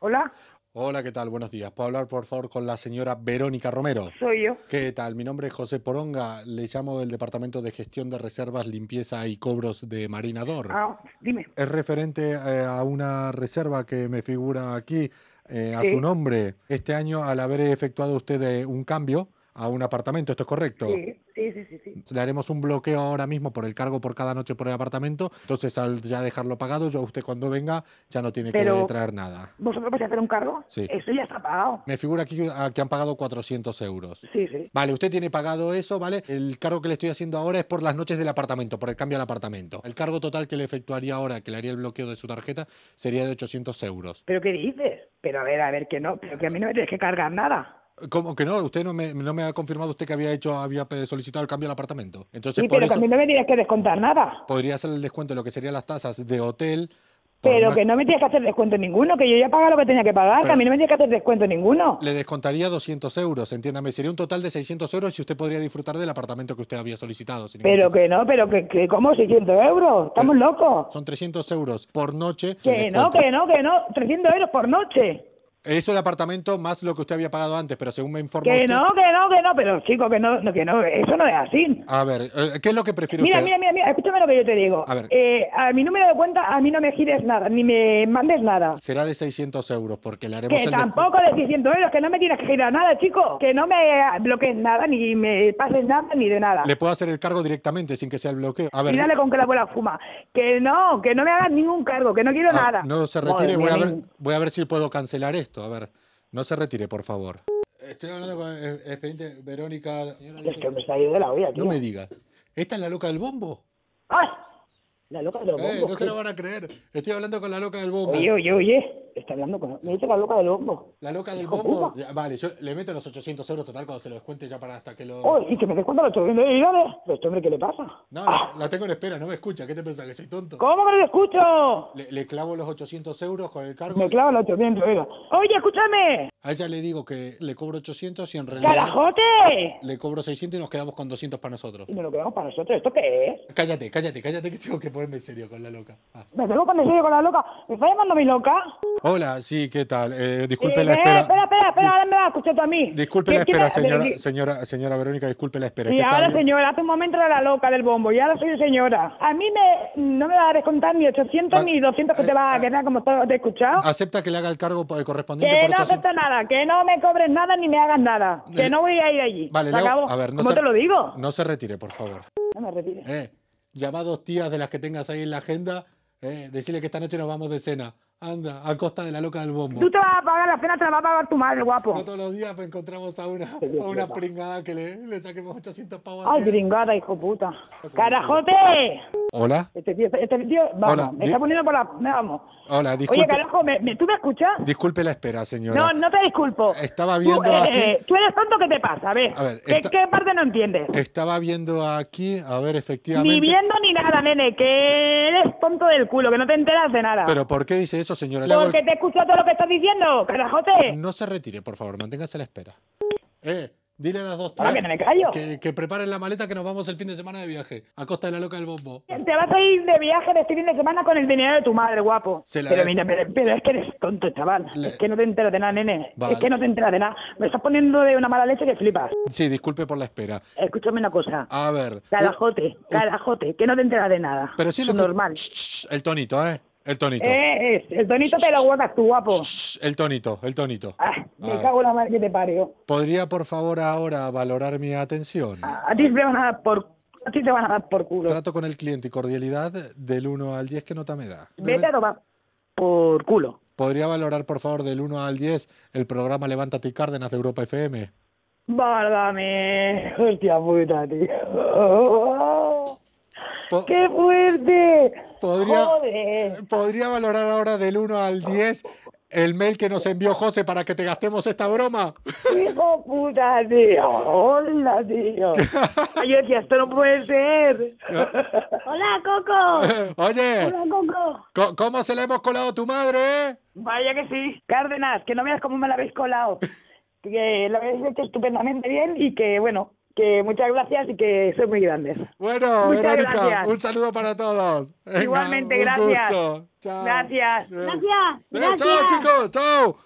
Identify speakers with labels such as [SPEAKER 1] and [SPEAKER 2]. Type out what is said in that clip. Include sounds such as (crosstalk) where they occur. [SPEAKER 1] Hola,
[SPEAKER 2] Hola, ¿qué tal? Buenos días. ¿Puedo hablar, por favor, con la señora Verónica Romero?
[SPEAKER 1] soy yo.
[SPEAKER 2] ¿Qué tal? Mi nombre es José Poronga. Le llamo del Departamento de Gestión de Reservas, Limpieza y Cobros de Marinador.
[SPEAKER 1] Ah, dime.
[SPEAKER 2] Es referente eh, a una reserva que me figura aquí eh, a
[SPEAKER 1] Sí.
[SPEAKER 2] su nombre. Este año, al haber efectuado usted eh, un cambio a un apartamento, ¿esto es correcto?
[SPEAKER 1] Sí, sí, sí, sí. sí.
[SPEAKER 2] Le haremos un bloqueo ahora mismo por el cargo por cada noche por el apartamento. Entonces, al ya dejarlo pagado, yo usted cuando venga ya no tiene que
[SPEAKER 1] Pero-
[SPEAKER 2] traer nada.
[SPEAKER 1] ¿Vosotros vais a hacer un cargo?
[SPEAKER 2] Sí.
[SPEAKER 1] Eso ya está pagado.
[SPEAKER 2] Me figura aquí ah, que han pagado 400 euros.
[SPEAKER 1] Sí, sí.
[SPEAKER 2] Vale, usted tiene pagado eso, ¿vale? El cargo que le estoy haciendo ahora es por las noches del apartamento, por el cambio al apartamento. El cargo total que le efectuaría ahora, que le haría el bloqueo de su tarjeta, sería de 800 euros.
[SPEAKER 1] ¿Pero qué dices? Pero a ver, a ver, que no, pero que a mí no me tienes que cargar nada.
[SPEAKER 2] ¿Cómo que no? Usted no me, no me ha confirmado usted que había hecho, había eh, solicitado el cambio al apartamento. Entonces,
[SPEAKER 1] Sí,
[SPEAKER 2] por
[SPEAKER 1] pero que
[SPEAKER 2] eso
[SPEAKER 1] a mí no me tienes que descontar nada.
[SPEAKER 2] podría hacer el descuento de lo que serían las tasas de hotel. por
[SPEAKER 1] Pero
[SPEAKER 2] una-
[SPEAKER 1] que no me tienes que hacer descuento ninguno, que yo ya pago lo que tenía que pagar, que
[SPEAKER 2] Pero-
[SPEAKER 1] a mí no me tienes que hacer descuento ninguno.
[SPEAKER 2] Le descontaría 200 euros, entiéndame. Sería un total de 600 euros y usted podría disfrutar del apartamento que usted había solicitado. sin ningún
[SPEAKER 1] Pero que no, pero que, que ¿cómo 600 euros? Estamos locos.
[SPEAKER 2] Son 300 euros por noche. el
[SPEAKER 1] Que no,
[SPEAKER 2] descuento.
[SPEAKER 1] que no, que no. 300 euros por noche.
[SPEAKER 2] Eso el apartamento más lo que usted había pagado antes, pero según me informa
[SPEAKER 1] Que
[SPEAKER 2] usted-
[SPEAKER 1] no, que no, que no. Pero chico, que no, no, que no. Eso no es así.
[SPEAKER 2] A ver, eh, ¿qué es lo que prefiere
[SPEAKER 1] Mira,
[SPEAKER 2] usted?
[SPEAKER 1] mira, mira, mira, escúchame lo que yo te digo.
[SPEAKER 2] A ver.
[SPEAKER 1] Eh, a mi número de cuenta, a mí no me gires nada, ni me mandes nada.
[SPEAKER 2] Será de 600 euros, porque le haremos
[SPEAKER 1] Que
[SPEAKER 2] el...
[SPEAKER 1] tampoco de 600 euros, que no me tienes que girar nada, chico. Que no me bloquees nada, ni me pases nada, ni de nada.
[SPEAKER 2] Le puedo hacer el cargo directamente sin que sea el bloqueo. A ver,
[SPEAKER 1] Y dale con que la abuela fuma. Que no, que no me hagas ningún cargo, que no quiero
[SPEAKER 2] ah,
[SPEAKER 1] nada.
[SPEAKER 2] no se
[SPEAKER 1] Madre
[SPEAKER 2] retire,
[SPEAKER 1] mía,
[SPEAKER 2] voy a, ver,
[SPEAKER 1] nen.
[SPEAKER 2] voy a ver si puedo cancelar esto. A ver, no se retire, por favor. Estoy hablando con el expediente Verónica...
[SPEAKER 1] Es que me está yendo de la olla, tío.
[SPEAKER 2] No me diga. ¿Esta es la loca del bombo?
[SPEAKER 1] ¡Ay! La loca de los
[SPEAKER 2] Eh, no
[SPEAKER 1] bombos.
[SPEAKER 2] se lo
[SPEAKER 1] tío.
[SPEAKER 2] van a creer. Estoy hablando con la loca del bombo.
[SPEAKER 1] Oye, oye, oye. Está hablando con... Me dice la loca de los bombos.
[SPEAKER 2] La loca del
[SPEAKER 1] Hijo
[SPEAKER 2] bombo.
[SPEAKER 1] puta.
[SPEAKER 2] Ya, Vale, yo le meto los 800 euros total cuando se los descuente ya para hasta que lo...
[SPEAKER 1] Uy, y que me descuento los 800 euros. Pero este hombre, ¿qué le pasa?
[SPEAKER 2] No, la, la tengo en espera, no me escucha. ¿Qué te pensás, que soy tonto?
[SPEAKER 1] ¿Cómo que no lo escucho?
[SPEAKER 2] Le, le clavo los 800 euros con el cargo.
[SPEAKER 1] Me clavo los 800 euros. Oye, escúchame.
[SPEAKER 2] A ella le digo que le cobro 800 y en realidad
[SPEAKER 1] ¡Carajote!
[SPEAKER 2] le cobro 600 y nos quedamos con 200 para nosotros.
[SPEAKER 1] Y nos lo quedamos para nosotros. ¿Esto qué es?
[SPEAKER 2] Cállate, cállate, cállate que tengo que ponerme en serio con la loca. Ah.
[SPEAKER 1] Me tengo cuando estoy con la loca. ¿Me está llamando mi loca?
[SPEAKER 2] Hola, sí, ¿qué tal? Eh, disculpe
[SPEAKER 1] Eh,
[SPEAKER 2] la
[SPEAKER 1] eh,
[SPEAKER 2] espera.
[SPEAKER 1] espera, espera, espera. Ahora me vas a escuchar tú a mí.
[SPEAKER 2] Disculpe
[SPEAKER 1] ¿Qué-
[SPEAKER 2] la
[SPEAKER 1] qué
[SPEAKER 2] espera,
[SPEAKER 1] me-
[SPEAKER 2] señora,
[SPEAKER 1] de-
[SPEAKER 2] señora, señora Verónica, disculpe la espera. es
[SPEAKER 1] Y
[SPEAKER 2] que estaba
[SPEAKER 1] ahora,
[SPEAKER 2] bien-
[SPEAKER 1] señora, hace un momento era la loca del bombo. Y ahora soy señora. A mí me, no me vas a descontar ni 800
[SPEAKER 2] Vale.
[SPEAKER 1] ni 200 que te vas
[SPEAKER 2] Ah, Eh, Ah,
[SPEAKER 1] a quedar como está- te he escuchado.
[SPEAKER 2] ¿Acepta que le haga el cargo por- correspondiente
[SPEAKER 1] Que
[SPEAKER 2] por
[SPEAKER 1] no
[SPEAKER 2] 800?
[SPEAKER 1] acepto nada, que no me cobres nada ni me hagas nada, que no voy a ir allí.
[SPEAKER 2] Eh, Vale,
[SPEAKER 1] se
[SPEAKER 2] le hago-
[SPEAKER 1] acabó.
[SPEAKER 2] a ver, no
[SPEAKER 1] ¿Cómo
[SPEAKER 2] se-
[SPEAKER 1] te lo digo?
[SPEAKER 2] No se retire, por favor.
[SPEAKER 1] No me retires.
[SPEAKER 2] Eh, llama a dos tías de las que tengas ahí en la agenda, eh, decirle que esta noche nos vamos de cena. Anda, a costa de la loca del bombo.
[SPEAKER 1] Tú te vas a pagar la cena, te la va a pagar tu madre, guapo.
[SPEAKER 2] No todos los días pues, encontramos a una,
[SPEAKER 1] Qué bien,
[SPEAKER 2] a una
[SPEAKER 1] papá.
[SPEAKER 2] pringada que le, le saquemos 800 pavos.
[SPEAKER 1] Ay,
[SPEAKER 2] así.
[SPEAKER 1] gringada, hijo puta. ¡Carajote!
[SPEAKER 2] Hola,
[SPEAKER 1] Este tío, este tío, vamos,
[SPEAKER 2] Hola,
[SPEAKER 1] me está
[SPEAKER 2] di-
[SPEAKER 1] poniendo por la... Vamos.
[SPEAKER 2] hola,
[SPEAKER 1] Oye,
[SPEAKER 2] disculpe,
[SPEAKER 1] carajo, ¿me, me- tú me escuchas?
[SPEAKER 2] disculpe la espera, señora.
[SPEAKER 1] No, no te disculpo.
[SPEAKER 2] Estaba viendo
[SPEAKER 1] tú, eh,
[SPEAKER 2] aquí-
[SPEAKER 1] eh, tú eres tonto, ¿qué te pasa? A ver,
[SPEAKER 2] A ver,
[SPEAKER 1] ¿qué,
[SPEAKER 2] esta-
[SPEAKER 1] qué parte no entiendes?
[SPEAKER 2] Estaba viendo aquí, a ver, efectivamente.
[SPEAKER 1] Ni viendo ni nada, nene, que eres tonto del culo, que no te enteras de nada.
[SPEAKER 2] Pero ¿por qué dice eso, señora? Le hago el-
[SPEAKER 1] Porque te escucho todo lo que estás diciendo, (laughs) carajote.
[SPEAKER 2] No se retire, por favor, manténgase a la espera. Eh, dile a las dos
[SPEAKER 1] Ahora
[SPEAKER 2] tías
[SPEAKER 1] que no me callo.
[SPEAKER 2] que, que preparen la maleta que nos vamos el fin de semana de viaje, a costa de la loca del bombo.
[SPEAKER 1] Te vas a ir de viaje de este fin de semana con el dinero de tu madre, guapo.
[SPEAKER 2] Se la-
[SPEAKER 1] Pero mira, pero, pero es que eres tonto, chaval.
[SPEAKER 2] Le-
[SPEAKER 1] Es que no te enteras de nada, nene.
[SPEAKER 2] Vale.
[SPEAKER 1] Es que no te enteras de nada. Me estás poniendo de una mala leche que flipas.
[SPEAKER 2] Sí, disculpe por la espera.
[SPEAKER 1] Escúchame una cosa.
[SPEAKER 2] A ver. eh,
[SPEAKER 1] Carajote, carajote, que no te enteras de nada.
[SPEAKER 2] Pero sí
[SPEAKER 1] es
[SPEAKER 2] lo que-
[SPEAKER 1] normal.
[SPEAKER 2] Shh, shh, el tonito, ¿eh? El tonito.
[SPEAKER 1] Eh, eh, el tonito te lo guardas tú, guapo.
[SPEAKER 2] Shh, el tonito, el tonito.
[SPEAKER 1] Ah, me
[SPEAKER 2] Ah.
[SPEAKER 1] cago en la madre que te parió.
[SPEAKER 2] ¿Podría por favor ahora valorar mi atención?
[SPEAKER 1] A a ti te van a dar por, a ti te van a dar por culo.
[SPEAKER 2] Trato con el cliente y cordialidad del 1 al 10, ¿qué nota me da?
[SPEAKER 1] Vete a tomar por culo.
[SPEAKER 2] ¿Podría valorar por favor del 1 al 10 el programa Levántate y Cárdenas de Europa FM?
[SPEAKER 1] Válgame. Hostia puta, tío.
[SPEAKER 2] Po-
[SPEAKER 1] ¡Qué fuerte!
[SPEAKER 2] podría,
[SPEAKER 1] ¡Joder!
[SPEAKER 2] ¿Podría valorar ahora del 1 al 10 el mail que nos envió José para que te gastemos esta
[SPEAKER 1] (laughs)
[SPEAKER 2] broma?
[SPEAKER 1] ¡Hijo puta, tío! ¡Hola,
[SPEAKER 2] (laughs)
[SPEAKER 1] tío! Ay, Yo decía, esto no puede ser. ¡Hola, Coco!
[SPEAKER 2] Oye,
[SPEAKER 1] ¡Hola, Coco!
[SPEAKER 2] co- ¿cómo se la hemos colado a tu madre, eh?
[SPEAKER 1] Vaya que sí. Cárdenas, que no veas cómo me la habéis colado. Que lo habéis hecho estupendamente bien y que, bueno, que muchas gracias y que soy muy grande.
[SPEAKER 2] Bueno,
[SPEAKER 1] Muchas
[SPEAKER 2] Verónica,
[SPEAKER 1] gracias.
[SPEAKER 2] un saludo para todos. Venga,
[SPEAKER 1] Igualmente,
[SPEAKER 2] un
[SPEAKER 1] gracias.
[SPEAKER 2] gusto. Chao.
[SPEAKER 1] Gracias.
[SPEAKER 2] Eh,
[SPEAKER 3] Gracias.
[SPEAKER 2] eh, Chao,
[SPEAKER 3] Gracias.
[SPEAKER 2] chicos. Chao.